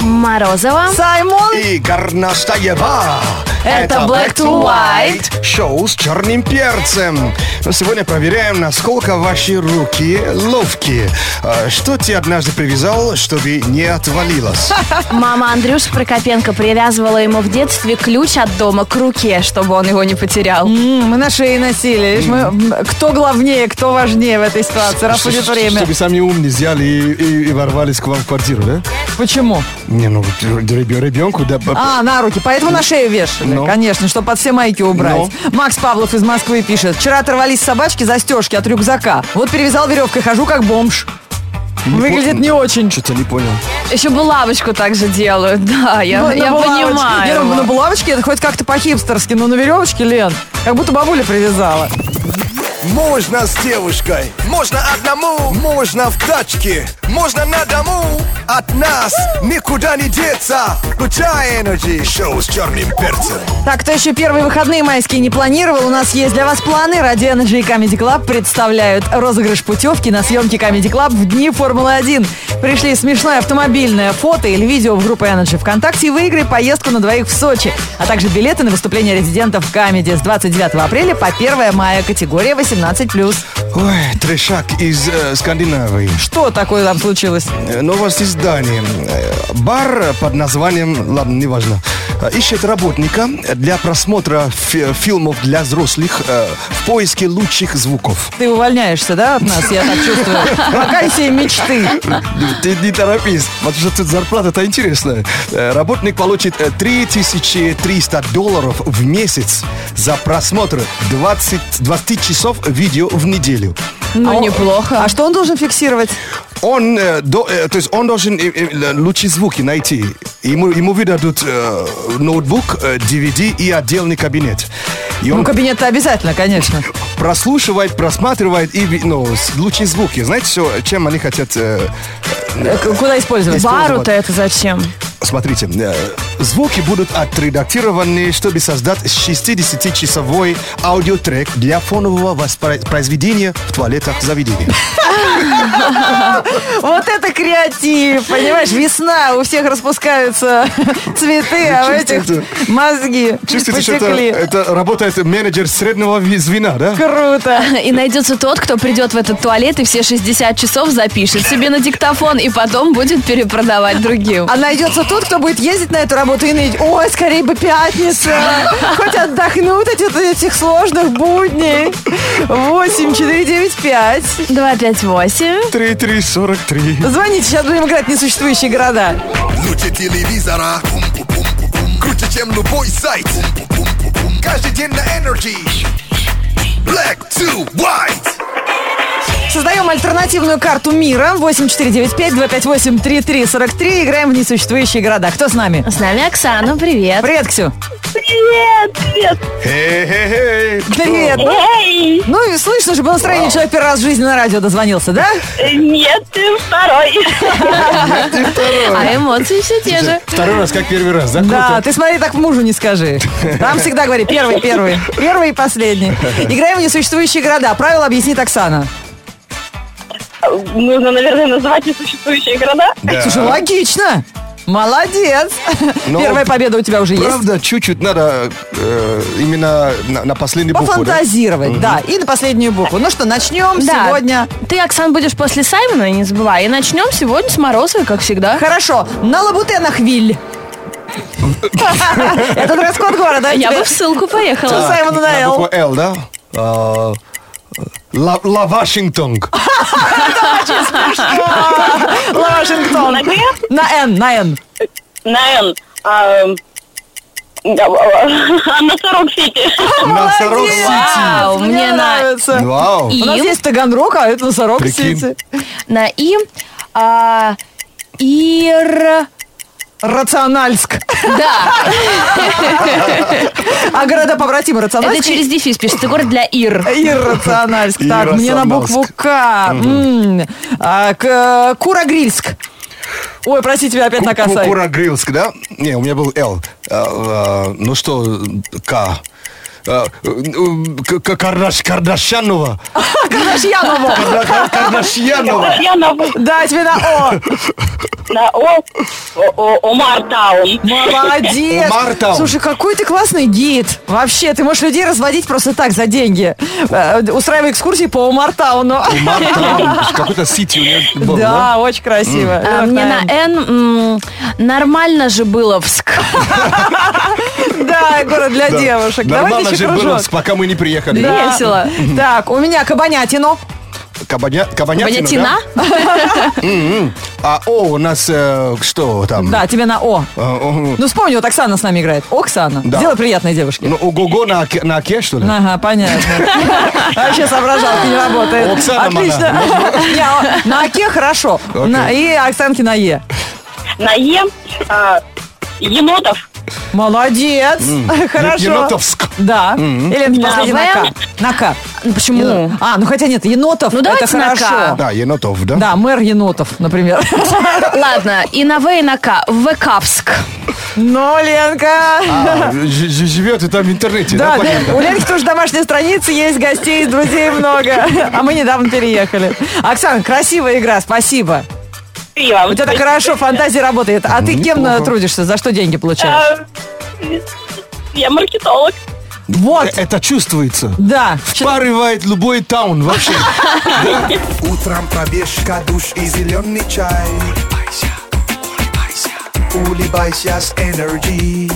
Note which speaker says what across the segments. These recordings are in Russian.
Speaker 1: Морозова.
Speaker 2: Саймон.
Speaker 3: И Горнаштаева.
Speaker 1: Это Black to White.
Speaker 3: Шоу с черным перцем. Но сегодня проверяем, насколько ваши руки ловкие. А, Что ты однажды привязал, чтобы не отвалилось?
Speaker 1: Мама Андрюш Прокопенко привязывала ему в детстве ключ от дома к руке, чтобы он его не потерял.
Speaker 2: М, Мы на шее носили. Видишь, мы, м, кто главнее, кто важнее в этой ситуации, раз будет время.
Speaker 4: Чтобы сами умные взяли и, и- и ворвались к вам в квартиру, да?
Speaker 2: Почему?
Speaker 3: Не, ну, ребё- ребенку, да, б-
Speaker 2: А, на руки. Поэтому на шею вешали,
Speaker 3: Ну.
Speaker 2: конечно, чтобы под все майки убрать. Макс Павлов из Москвы пишет. Вчера оторвались собачки застежки от рюкзака. Вот перевязал веревкой, хожу как бомж. Выглядит не очень.
Speaker 4: Что-то не понял.
Speaker 1: Еще булавочку также делают, да, я,
Speaker 2: Ну,
Speaker 1: я
Speaker 2: на булавочке. Не,
Speaker 1: понимаю.
Speaker 2: ну, на булавочке это хоть как-то по-хипстерски, но на веревочке, Лен, как будто бабуля привязала.
Speaker 5: Можно с девушкой, можно одному, можно в тачке, можно на дому. От нас никуда не деться. Включай Energy. Шоу с черным перцем.
Speaker 2: Так, кто еще первые выходные майские не планировал, у нас есть для вас планы. Ради Energy и Comedy Club представляют розыгрыш путевки на съемки Comedy Club в дни Формулы-1. Пришли смешное автомобильное фото или видео в группу Energy ВКонтакте и выиграй поездку на двоих в Сочи, а также билеты на выступление резидентов Comedy с 29 апреля по 1 мая, категория 18+.
Speaker 3: Ой, трешак из э, Скандинавии.
Speaker 2: Что такое там случилось?
Speaker 3: Э, Новость из Дании. Э, Бар под названием, ладно, неважно, э, ищет работника для просмотра фи- фильмов для взрослых э, в поиске лучших звуков.
Speaker 2: Ты увольняешься, да, от нас, я так чувствую? Вакансия мечты.
Speaker 3: Ты не торопись, потому что тут зарплата-то интересная. Э, Работник получит э, 3300 долларов в месяц за просмотр 20, 20 часов видео в неделю.
Speaker 1: Ну,
Speaker 2: А он-
Speaker 1: неплохо.
Speaker 2: А что он должен фиксировать?
Speaker 3: Он, э, до- э, то есть он должен э, э, лучшие звуки найти. Ему, ему выдадут э, ноутбук, э, DVD и отдельный кабинет. И он
Speaker 2: Ну, кабинет-то обязательно, конечно.
Speaker 3: прослушивает, просматривает и ви- ну, с- лучшие звуки. Знаете, все, чем они хотят... э,
Speaker 2: Э, к- Куда использовать?
Speaker 1: Бару-то это зачем?
Speaker 3: смотрите, э, звуки будут отредактированы, чтобы создать 60-часовой аудиотрек для фонового воспроизведения в туалетах заведения.
Speaker 2: Вот это креатив, понимаешь? Весна, у всех распускаются цветы, а у этих
Speaker 3: чувствуете?
Speaker 2: мозги
Speaker 3: Чувствуете, что это, э,
Speaker 2: потекли.
Speaker 3: это работает менеджер среднего ви- звена, да?
Speaker 2: Круто.
Speaker 1: И найдется тот, кто придет в этот туалет и все 60 часов запишет себе на диктофон и потом будет перепродавать другим.
Speaker 2: А найдется тот, кто будет ездить на эту работу и ныть, ой, скорее бы пятница, хоть отдохнуть от эт- этих сложных будней. 8, 4, 9, 5.
Speaker 1: 258.
Speaker 3: 3343.
Speaker 2: Звоните, сейчас будем играть в несуществующие города.
Speaker 5: Лучше телевизора. Бум-бу-бум-бу-бум. Круче, чем любой сайт. Бум-бу-бум-бум. Каждый день на Energy. Black to white.
Speaker 2: Создаем альтернативную карту мира. 8495-258-3343. Играем в несуществующие города. Кто с нами?
Speaker 1: С нами Оксана, привет.
Speaker 2: Привет, Ксю.
Speaker 6: Привет, привет.
Speaker 3: Хе-хе-хе.
Speaker 2: Привет. Ну,
Speaker 6: Эй,
Speaker 2: ну и слышно же было настроение, человек первый раз в жизни на радио дозвонился, да?
Speaker 6: нет, ты второй.
Speaker 1: А эмоции все те же.
Speaker 4: Второй раз, как первый раз, да?
Speaker 2: Да, ты смотри, так мужу не скажи. Там всегда говори первый, первый, первый и последний. Играем в несуществующие города. Правила объяснит Оксана.
Speaker 6: Нужно, наверное, называть несуществующие города.
Speaker 2: Слушай, логично. Молодец.
Speaker 3: Но-
Speaker 2: Первая победа у тебя уже есть.
Speaker 3: Правда, чуть-чуть надо э, именно на, на последний букву, да?
Speaker 2: Пофантазировать, да. И на последнюю букву. Ну что, начнем
Speaker 1: Да.
Speaker 2: сегодня.
Speaker 1: Ты, Оксан, будешь после Саймона, не забывай. И начнем сегодня с Морозовой, как всегда.
Speaker 2: Хорошо, на лабутенах виль. Это дресс-код города.
Speaker 1: Я бы в ссылку
Speaker 2: Да.
Speaker 1: поехала.
Speaker 2: Саймону на Л.
Speaker 3: А, букву Л, да? А, Ла, Ла Вашингтонг.
Speaker 2: Вашингтон.
Speaker 6: На Г,
Speaker 2: На Н, на Н.
Speaker 6: на Н. а, м, да, а, Носорог Сити.
Speaker 3: Носорог
Speaker 2: Молодец.
Speaker 3: Сити.
Speaker 1: Вау, мне на,
Speaker 2: нравится.
Speaker 3: Вау.
Speaker 1: И?
Speaker 2: У нас есть Таганрог, а это Носорог
Speaker 3: Прикинь.
Speaker 2: Сити.
Speaker 1: на И... а, Ир...
Speaker 2: Рациональск.
Speaker 1: Да,
Speaker 2: А города побратимы
Speaker 1: это
Speaker 2: Рациональск.
Speaker 1: через дефис пишется. Город для Ир.
Speaker 2: Иррациональск. Так, мне на букву К. М. А, к- Курагрильск. Ой, прости, тебя опять накасай.
Speaker 3: Курагрилск, да? Не, у меня был Л. А, а, ну что, К. э, э, э, К- Кардаш- Кардашянова.
Speaker 2: Кардашьянова.
Speaker 3: Карда- Кардашьянова.
Speaker 6: Я на О.
Speaker 2: Да, тебе на О.
Speaker 6: О- О- Омар Таун.
Speaker 2: Молодец.
Speaker 3: Марта.
Speaker 2: Слушай, какой ты классный гид. Вообще, ты можешь людей разводить просто так, за деньги. Э, Устраивай экскурсии по Умартауну.
Speaker 3: Марта, какой-то сити у нее был, да?
Speaker 2: Да, очень красиво.
Speaker 1: А
Speaker 2: Эх,
Speaker 1: мне на
Speaker 2: Тань.
Speaker 1: Н м, нормально же было вск.
Speaker 2: Да, город для девушек. Давайте
Speaker 3: Нормально
Speaker 2: еще
Speaker 3: же было,
Speaker 2: кружок.
Speaker 3: пока мы не приехали.
Speaker 1: Да.
Speaker 2: Да.
Speaker 1: Весело.
Speaker 2: Так, у меня кабанятину.
Speaker 3: Кабаня, кабанятина,
Speaker 1: Понятина?
Speaker 3: да? А О у нас э, что там?
Speaker 2: Да, тебе на О.
Speaker 3: Э, о,
Speaker 2: Ну вспомни, вот Оксана с нами играет. Оксана.
Speaker 3: Да.
Speaker 2: Дело приятной девушки.
Speaker 3: ну, ого-го на, оке- на оке, что ли?
Speaker 2: Ага, понятно. Вообще соображалки не работает.
Speaker 3: Оксана
Speaker 2: Отлично. Не, а На Оке хорошо. На- И Оксанки на Е.
Speaker 6: На Е. а, Енотов.
Speaker 2: Молодец. Э, Хорошо.
Speaker 3: Енотовск.
Speaker 2: Да. Или последний на
Speaker 1: На В?
Speaker 2: К. На К.
Speaker 1: Почему?
Speaker 2: А, ну хотя нет, енотов.
Speaker 1: Ну,
Speaker 2: это
Speaker 1: давайте на К.
Speaker 2: хорошо.
Speaker 3: Да, енотов, да?
Speaker 2: Да, мэр енотов, например.
Speaker 1: Ладно, и на В, и на К. ВКовск.
Speaker 2: Ну, Ленка.
Speaker 3: А, ж- ж- Живет и там в интернете, да?
Speaker 2: Да,
Speaker 3: понятно?
Speaker 2: у Ленки тоже домашняя страница, есть гостей, друзей много. А мы недавно переехали. Оксана, красивая игра, спасибо.
Speaker 6: Пиво.
Speaker 2: У тебя так хорошо, фантазия работает. А ты кем э, трудишься? За что деньги получаешь?
Speaker 6: А, Я маркетолог.
Speaker 2: Вот,
Speaker 3: Э, Это чувствуется.
Speaker 2: да.
Speaker 3: Впарывает любой таун вообще.
Speaker 5: Утром пробежка, душ и зеленый чай. Улыбайся с Energy.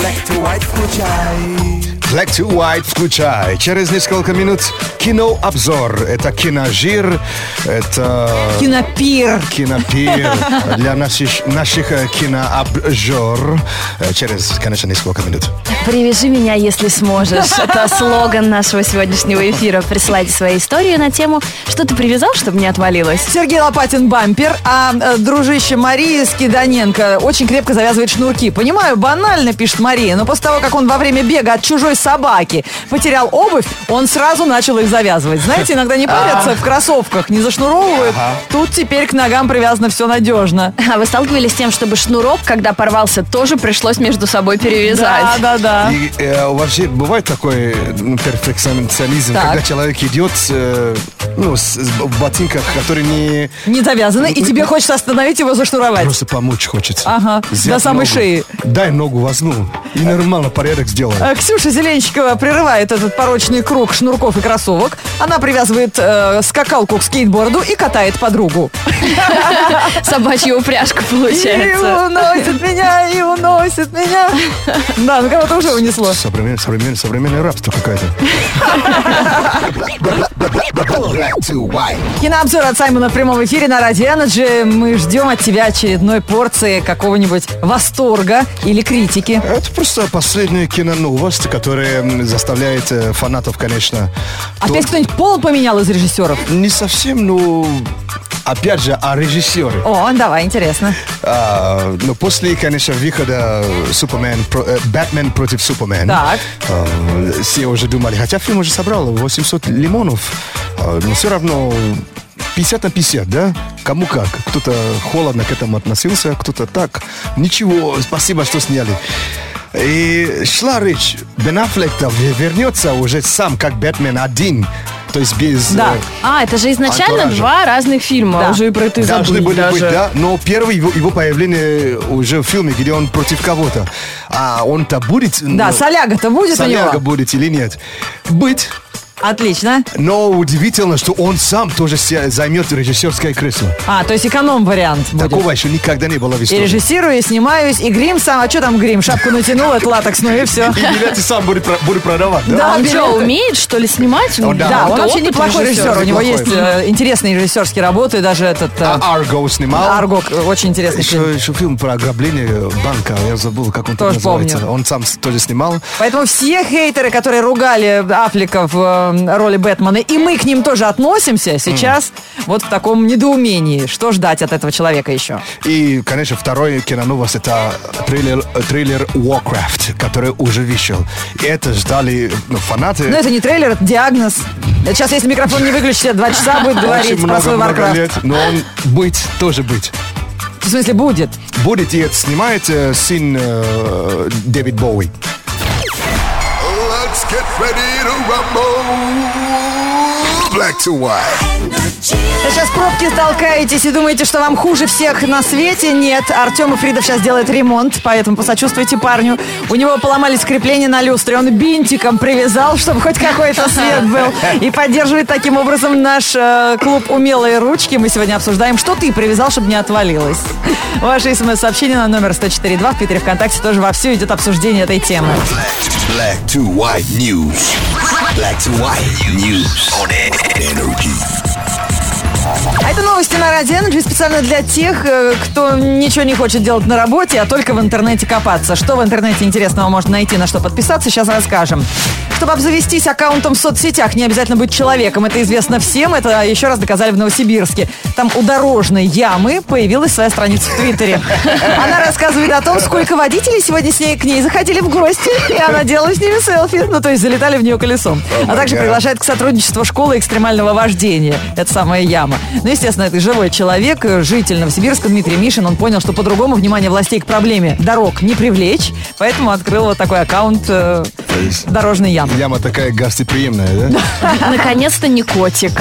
Speaker 5: Black to white включай.
Speaker 3: Black to White включай. Через несколько минут кинообзор. Это киножир, это
Speaker 2: Кинопир.
Speaker 3: кинопир для наших, наших э, кинообзор. Э, Через, конечно, несколько минут.
Speaker 1: Привяжи меня, если сможешь. Это слоган нашего сегодняшнего эфира. Присылайте свои истории на тему, что ты привязал, чтобы не отвалилось.
Speaker 2: Сергей Лопатин бампер, а э, дружище Марии Скиданенко очень крепко завязывает шнурки. Понимаю, банально, пишет Мария, но после того, как он во время бега от чужой собаки потерял обувь, он сразу начал их завязывать. Знаете, иногда не парятся в кроссовках, не зашнуровывают. Тут теперь к ногам привязано все надежно.
Speaker 1: А вы сталкивались с тем, чтобы шнурок, когда порвался, тоже пришлось между собой перевязать?
Speaker 2: да, да.
Speaker 3: И э, вообще бывает такой ну, перфекционизм,
Speaker 2: Так.
Speaker 3: когда человек идет э, ну, с- с- в ботинках, которые не
Speaker 2: Не завязаны, и тебе хочется остановить его, зашнуровать.
Speaker 3: просто помочь хочется.
Speaker 2: Ага,
Speaker 3: Взять
Speaker 2: до самой
Speaker 3: ногу,
Speaker 2: шеи.
Speaker 3: Дай ногу возьму и нормально порядок сделаем.
Speaker 2: Э, Ксюша Зеленщикова прерывает этот порочный круг шнурков и кроссовок. Она привязывает э, скакалку к скейтборду и катает подругу.
Speaker 1: Собачья упряжка получается.
Speaker 2: И уносит меня, и уносит меня. Да, ну кого-то уже унесло.
Speaker 3: Современное, современное, современное рабство какое-то.
Speaker 2: Кинообзор от Саймона в прямом эфире на Радио Energy. Мы ждем от тебя очередной порции какого-нибудь восторга или критики.
Speaker 3: Это просто последняя киноновость, которая м, заставляет э, фанатов, конечно... то-
Speaker 2: Опять А кто-нибудь пол поменял из режиссеров?
Speaker 3: Не совсем, но... Опять же, о режиссере.
Speaker 2: О, давай, интересно.
Speaker 3: А, ну, после, конечно, выхода Супермен, про- э, Бэтмен против Супермен,
Speaker 2: Так.
Speaker 3: а, все уже думали, хотя фильм уже собрал 800 лимонов, а, но все равно 50 на 50, да? Кому как. Кто-то холодно к этому относился, кто-то так. Ничего, спасибо, что сняли. И шла речь, Бен Аффлек вернется уже сам, как Бэтмен один, то есть без...
Speaker 2: Да.
Speaker 3: э,
Speaker 1: А, это же изначально
Speaker 3: Антуража.
Speaker 1: два разных фильма.
Speaker 2: Да.
Speaker 1: Уже и про это и
Speaker 3: Должны
Speaker 1: забыли
Speaker 3: были
Speaker 1: даже.
Speaker 3: быть, да, но первое его, его появление уже в фильме, где он против кого-то. А он-то будет...
Speaker 2: Да,
Speaker 3: ну,
Speaker 2: соляга-то будет у
Speaker 3: соляга
Speaker 2: него?
Speaker 3: будет или нет? Быть.
Speaker 2: Отлично.
Speaker 3: Но удивительно, что он сам тоже се- займет режиссерское кресло.
Speaker 2: А, то есть эконом-вариант будет.
Speaker 3: Такого еще никогда не было в
Speaker 2: И
Speaker 3: истории.
Speaker 2: режиссирую, и снимаюсь, и грим сам. А что там грим? Шапку натянул, это латекс, ну и все.
Speaker 3: И билеты сам будет, про- будет продавать, да?
Speaker 2: Да,
Speaker 1: А он
Speaker 2: билеты.
Speaker 1: что, умеет, что ли, снимать?
Speaker 3: О, да.
Speaker 2: Да, он
Speaker 1: это
Speaker 2: вообще
Speaker 1: опыт
Speaker 2: неплохой
Speaker 1: режиссера.
Speaker 2: режиссер. У него есть
Speaker 3: Неплохой.
Speaker 2: э, интересные режиссерские работы, даже этот э,
Speaker 3: А Арго снимал.
Speaker 2: Аргок э, очень интересный фильм.
Speaker 3: Еще, еще фильм про ограбление банка, я забыл, как он там
Speaker 2: Тоже
Speaker 3: называется.
Speaker 2: помню.
Speaker 3: Он сам с- тоже снимал.
Speaker 2: Поэтому все хейтеры, которые ругали Афлика в э, роли Бэтмена, и мы к ним тоже относимся сейчас вот в таком недоумении. Что ждать от этого человека еще?
Speaker 3: И, конечно, второй киноновость это триллер, триллер Warcraft, который уже вышел. И это ждали ну, фанаты.
Speaker 2: Но это не трейлер, это диагноз. Э, Сейчас, если микрофон не выключить, я два часа будет говорить про свой
Speaker 3: много-много
Speaker 2: Warcraft.
Speaker 3: лет, но он быть тоже быть.
Speaker 2: В смысле, будет.
Speaker 3: Будет и это снимает э, сын э, Дэвид Боуи.
Speaker 5: Let's get ready to rumble. Black to white.
Speaker 2: Вы сейчас пробки толкаетесь и думаете, что вам хуже всех на свете? Нет, Артем Фридов сейчас делает ремонт, поэтому посочувствуйте парню. У него поломались крепления на люстре, он бинтиком привязал, чтобы хоть какой-то свет был. И поддерживает таким образом наш э, клуб «Умелые ручки». Мы сегодня обсуждаем, что ты привязал, чтобы не отвалилось. Ваше смс-сообщение на номер 104.2 в Твиттере ВКонтакте тоже вовсю идет обсуждение этой темы.
Speaker 5: Black to white news. Black to white news on energy.
Speaker 2: А это новости на Радио Energy специально для тех, э, кто ничего не хочет делать на работе, а только в интернете копаться. Что в интернете интересного можно найти, на что подписаться, сейчас расскажем. Чтобы обзавестись аккаунтом в соцсетях, не обязательно быть человеком. Это известно всем, это еще раз доказали в Новосибирске. Там у дорожной ямы появилась своя страница в Твиттере. Она рассказывает о том, сколько водителей сегодня с ней к ней заходили в гости, и она делала с ними селфи, ну то есть залетали в нее колесом. А также приглашает к сотрудничеству школы экстремального вождения. Это самая яма. Ну, естественно, это живой человек, э, житель Новосибирска Дмитрий Мишин. Он понял, что по-другому внимание властей к проблеме дорог не привлечь, поэтому открыл вот такой аккаунт э, дорожной ямы.
Speaker 4: Яма такая гостеприимная, да?
Speaker 1: Наконец-то не котик.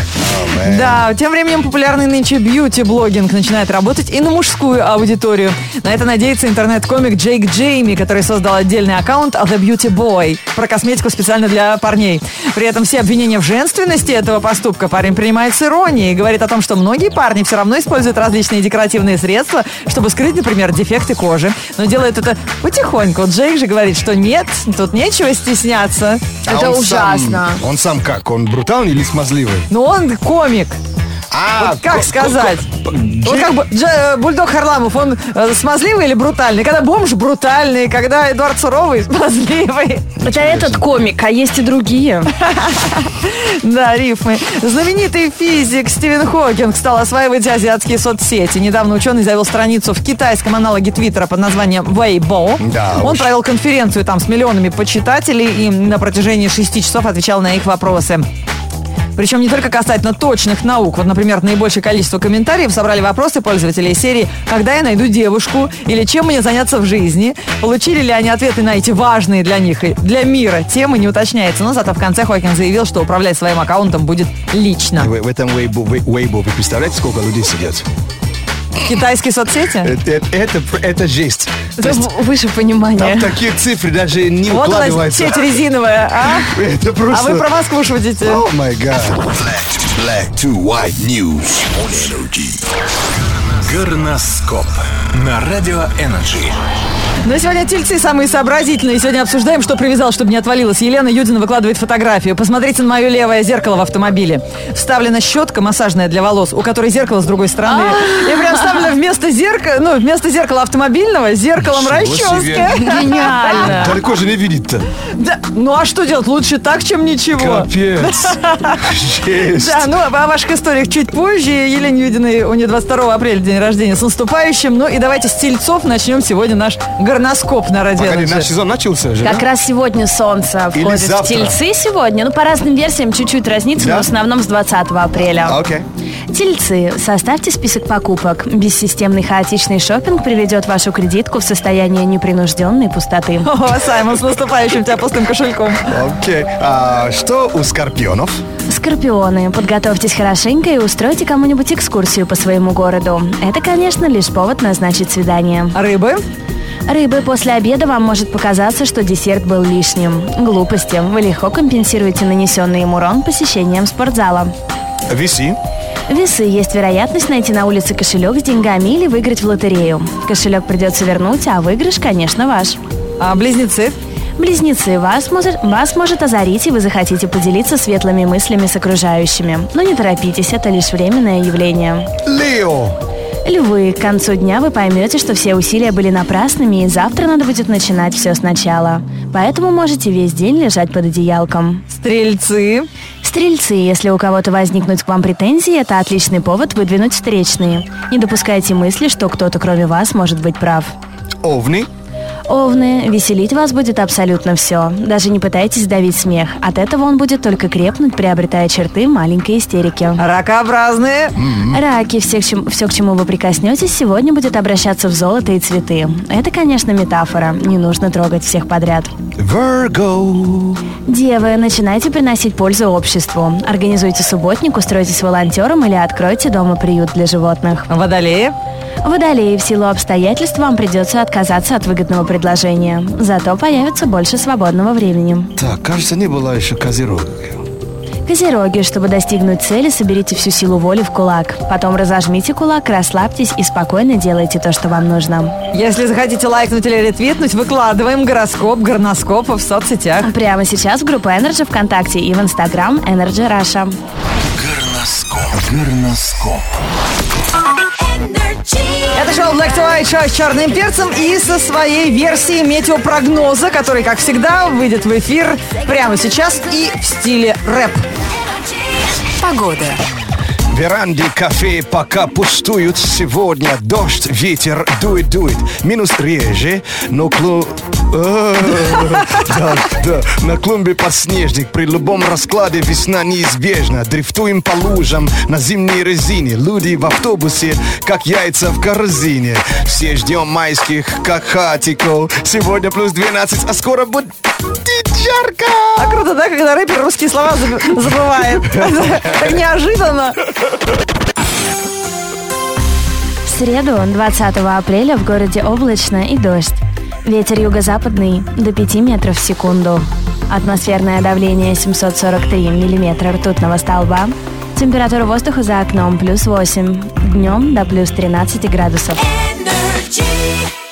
Speaker 2: Да, тем временем популярный нынче бьюти-блогинг начинает работать и на мужскую аудиторию. На это надеется интернет-комик Джейк Джейми, который создал отдельный аккаунт The Beauty Boy про косметику специально для парней. При этом все обвинения в женственности этого поступка парень принимает с иронией и говорит о том, что многие парни все равно используют различные декоративные средства, чтобы скрыть, например, дефекты кожи. Но делают это потихоньку. Джейк же говорит, что нет, тут нечего стесняться.
Speaker 4: А
Speaker 1: Это
Speaker 4: он сам-
Speaker 1: ужасно.
Speaker 4: он сам как? Он брутальный или смазливый?
Speaker 2: Но он комик.
Speaker 4: А,
Speaker 2: Вот как
Speaker 4: ко-
Speaker 2: сказать? Вот как бы Дж- э, Бульдог Харламов, он э, смазливый или брутальный? Когда бомж брутальный, когда Эдуард Суровый смазливый.
Speaker 1: Это этот комик, а есть и другие.
Speaker 2: Да, рифмы. Знаменитый физик Стивен Хокинг стал осваивать азиатские соцсети. Недавно ученый завел страницу в китайском аналоге Твиттера под названием Weibo.
Speaker 4: Да
Speaker 2: Он
Speaker 4: уж.
Speaker 2: провел конференцию там с миллионами почитателей и на протяжении шести часов отвечал на их вопросы. Причем не только касательно точных наук. Вот, например, наибольшее количество комментариев собрали вопросы пользователей серии «Когда я найду девушку?» или «Чем мне заняться в жизни?». Получили ли они ответы на эти важные для них и для мира темы, не уточняется. Но зато в конце Хокин заявил, что управлять своим аккаунтом будет лично.
Speaker 3: В, в этом Weibo, Вей- Weibo, вы представляете, сколько людей сидят?
Speaker 2: Китайские соцсети?
Speaker 3: Это, это, это, это жесть. То
Speaker 1: Это
Speaker 3: есть
Speaker 1: в- выше
Speaker 3: там
Speaker 1: понимания.
Speaker 3: такие цифры даже не
Speaker 2: Вот она,
Speaker 3: укладываются.
Speaker 2: сеть резиновая, а?
Speaker 3: Это
Speaker 2: А
Speaker 3: просто... Oh
Speaker 2: вы про Москву шутите.
Speaker 3: О май гад.
Speaker 5: Black to white news on energy.
Speaker 7: Горноскоп на Радио Энерджи.
Speaker 2: Но Ну, сегодня тельцы самые сообразительные. Сегодня обсуждаем, что привязал, чтобы не отвалилось. Елена Юдина выкладывает фотографию. Посмотрите на мое левое зеркало в автомобиле. Вставлена щетка массажная для волос, у которой зеркало с другой стороны. И прям вставлено вместо зеркала, ну, вместо зеркала автомобильного, зеркалом
Speaker 3: Ничего себе.
Speaker 2: расчески.
Speaker 1: Гениально.
Speaker 4: Далеко же не видит-то.
Speaker 2: Да, ну а что делать? Лучше так, чем ничего.
Speaker 4: Капец. Жесть.
Speaker 2: Да, ну о ваших историях чуть позже. Елене Юдиной, у нее 22 апреля день рождения. С наступающим. Ну и давайте с тельцов начнем сегодня наш горноскоп на радио.
Speaker 4: Погоди,
Speaker 2: Energy.
Speaker 4: наш сезон начался же,
Speaker 1: Как раз сегодня солнце входит в
Speaker 4: завтра.
Speaker 1: тельцы сегодня. Ну, по разным версиям чуть-чуть разнится, но в основном с 20 апреля.
Speaker 3: А,
Speaker 4: Окей.
Speaker 1: Тельцы, составьте список покупок. Бессистемный хаотичный шопинг приведет вашу кредитку в состояние непринужденной пустоты.
Speaker 2: О, Саймон, с наступающим тебя пустым кошельком.
Speaker 4: Окей. А что у скорпионов?
Speaker 1: Скорпионы, подготовьтесь хорошенько и устройте кому-нибудь экскурсию по своему городу. Это, конечно, лишь повод назначить свидание.
Speaker 2: Рыбы.
Speaker 1: Рыбы, после обеда вам может показаться, что десерт был лишним. Глупости. Вы легко компенсируете нанесенный им урон посещением спортзала.
Speaker 4: Виси.
Speaker 1: Весы. Есть вероятность найти на улице кошелек с деньгами или выиграть в лотерею. Кошелек придется вернуть, а выигрыш, конечно, ваш.
Speaker 2: А, близнецы.
Speaker 1: Близнецы, вас может, вас может озарить, и вы захотите поделиться светлыми мыслями с окружающими. Но не торопитесь, это лишь временное явление.
Speaker 4: Лео.
Speaker 1: Львы, к концу дня вы поймете, что все усилия были напрасными, и завтра надо будет начинать все сначала. Поэтому можете весь день лежать под одеялком.
Speaker 2: Стрельцы.
Speaker 1: Стрельцы, если у кого-то возникнут к вам претензии, это отличный повод выдвинуть встречные. Не допускайте мысли, что кто-то кроме вас может быть прав.
Speaker 4: Овны.
Speaker 1: Овны, веселить вас будет абсолютно все. Даже не пытайтесь давить смех. От этого он будет только крепнуть, приобретая черты маленькой истерики.
Speaker 2: Ракообразные.
Speaker 1: Раки, все, все, к чему вы прикоснетесь, сегодня будет обращаться в золото и цветы. Это, конечно, метафора. Не нужно трогать всех подряд.
Speaker 3: Virgo.
Speaker 1: Девы, начинайте приносить пользу обществу. Организуйте субботник, устройтесь волонтером или откройте дома приют для животных.
Speaker 2: Водолеи.
Speaker 1: Водолеи, в силу обстоятельств вам придется отказаться от выгодного предложения. Зато появится больше свободного времени.
Speaker 3: Так, кажется, не было еще козерога.
Speaker 1: Козероги, чтобы достигнуть цели, соберите всю силу воли в кулак. Потом разожмите кулак, расслабьтесь и спокойно делайте то, что вам нужно.
Speaker 2: Если захотите лайкнуть или ретвитнуть, выкладываем гороскоп, горноскопа в соцсетях.
Speaker 1: Прямо сейчас в группу Energy ВКонтакте и в Инстаграм Energy Раша.
Speaker 7: Горноскоп. Горноскоп.
Speaker 2: Это шоу Black to White, шоу с черным перцем и со своей версией метеопрогноза, который, как всегда, выйдет в эфир прямо сейчас и в стиле рэп.
Speaker 8: Погода.
Speaker 3: Веранды кафе пока пустуют. Сегодня дождь, ветер дует, дует. Минус реже, но кло... Э, Да, да. На клумбе подснежник. При любом раскладе весна неизбежна. Дрифтуем по лужам на зимней резине. Люди в автобусе, как яйца в корзине. Все ждем майских кахатиков. Сегодня плюс 12, а скоро будет жарко.
Speaker 2: А круто, да, когда рэпер русские слова заб- забывает. Так неожиданно.
Speaker 1: В среду, 20 апреля, в городе облачно и дождь. Ветер юго-западный до 5 метров в секунду. Атмосферное давление 743 миллиметра ртутного столба. Температура воздуха за окном плюс 8. Днем до плюс 13 градусов.
Speaker 8: Energy.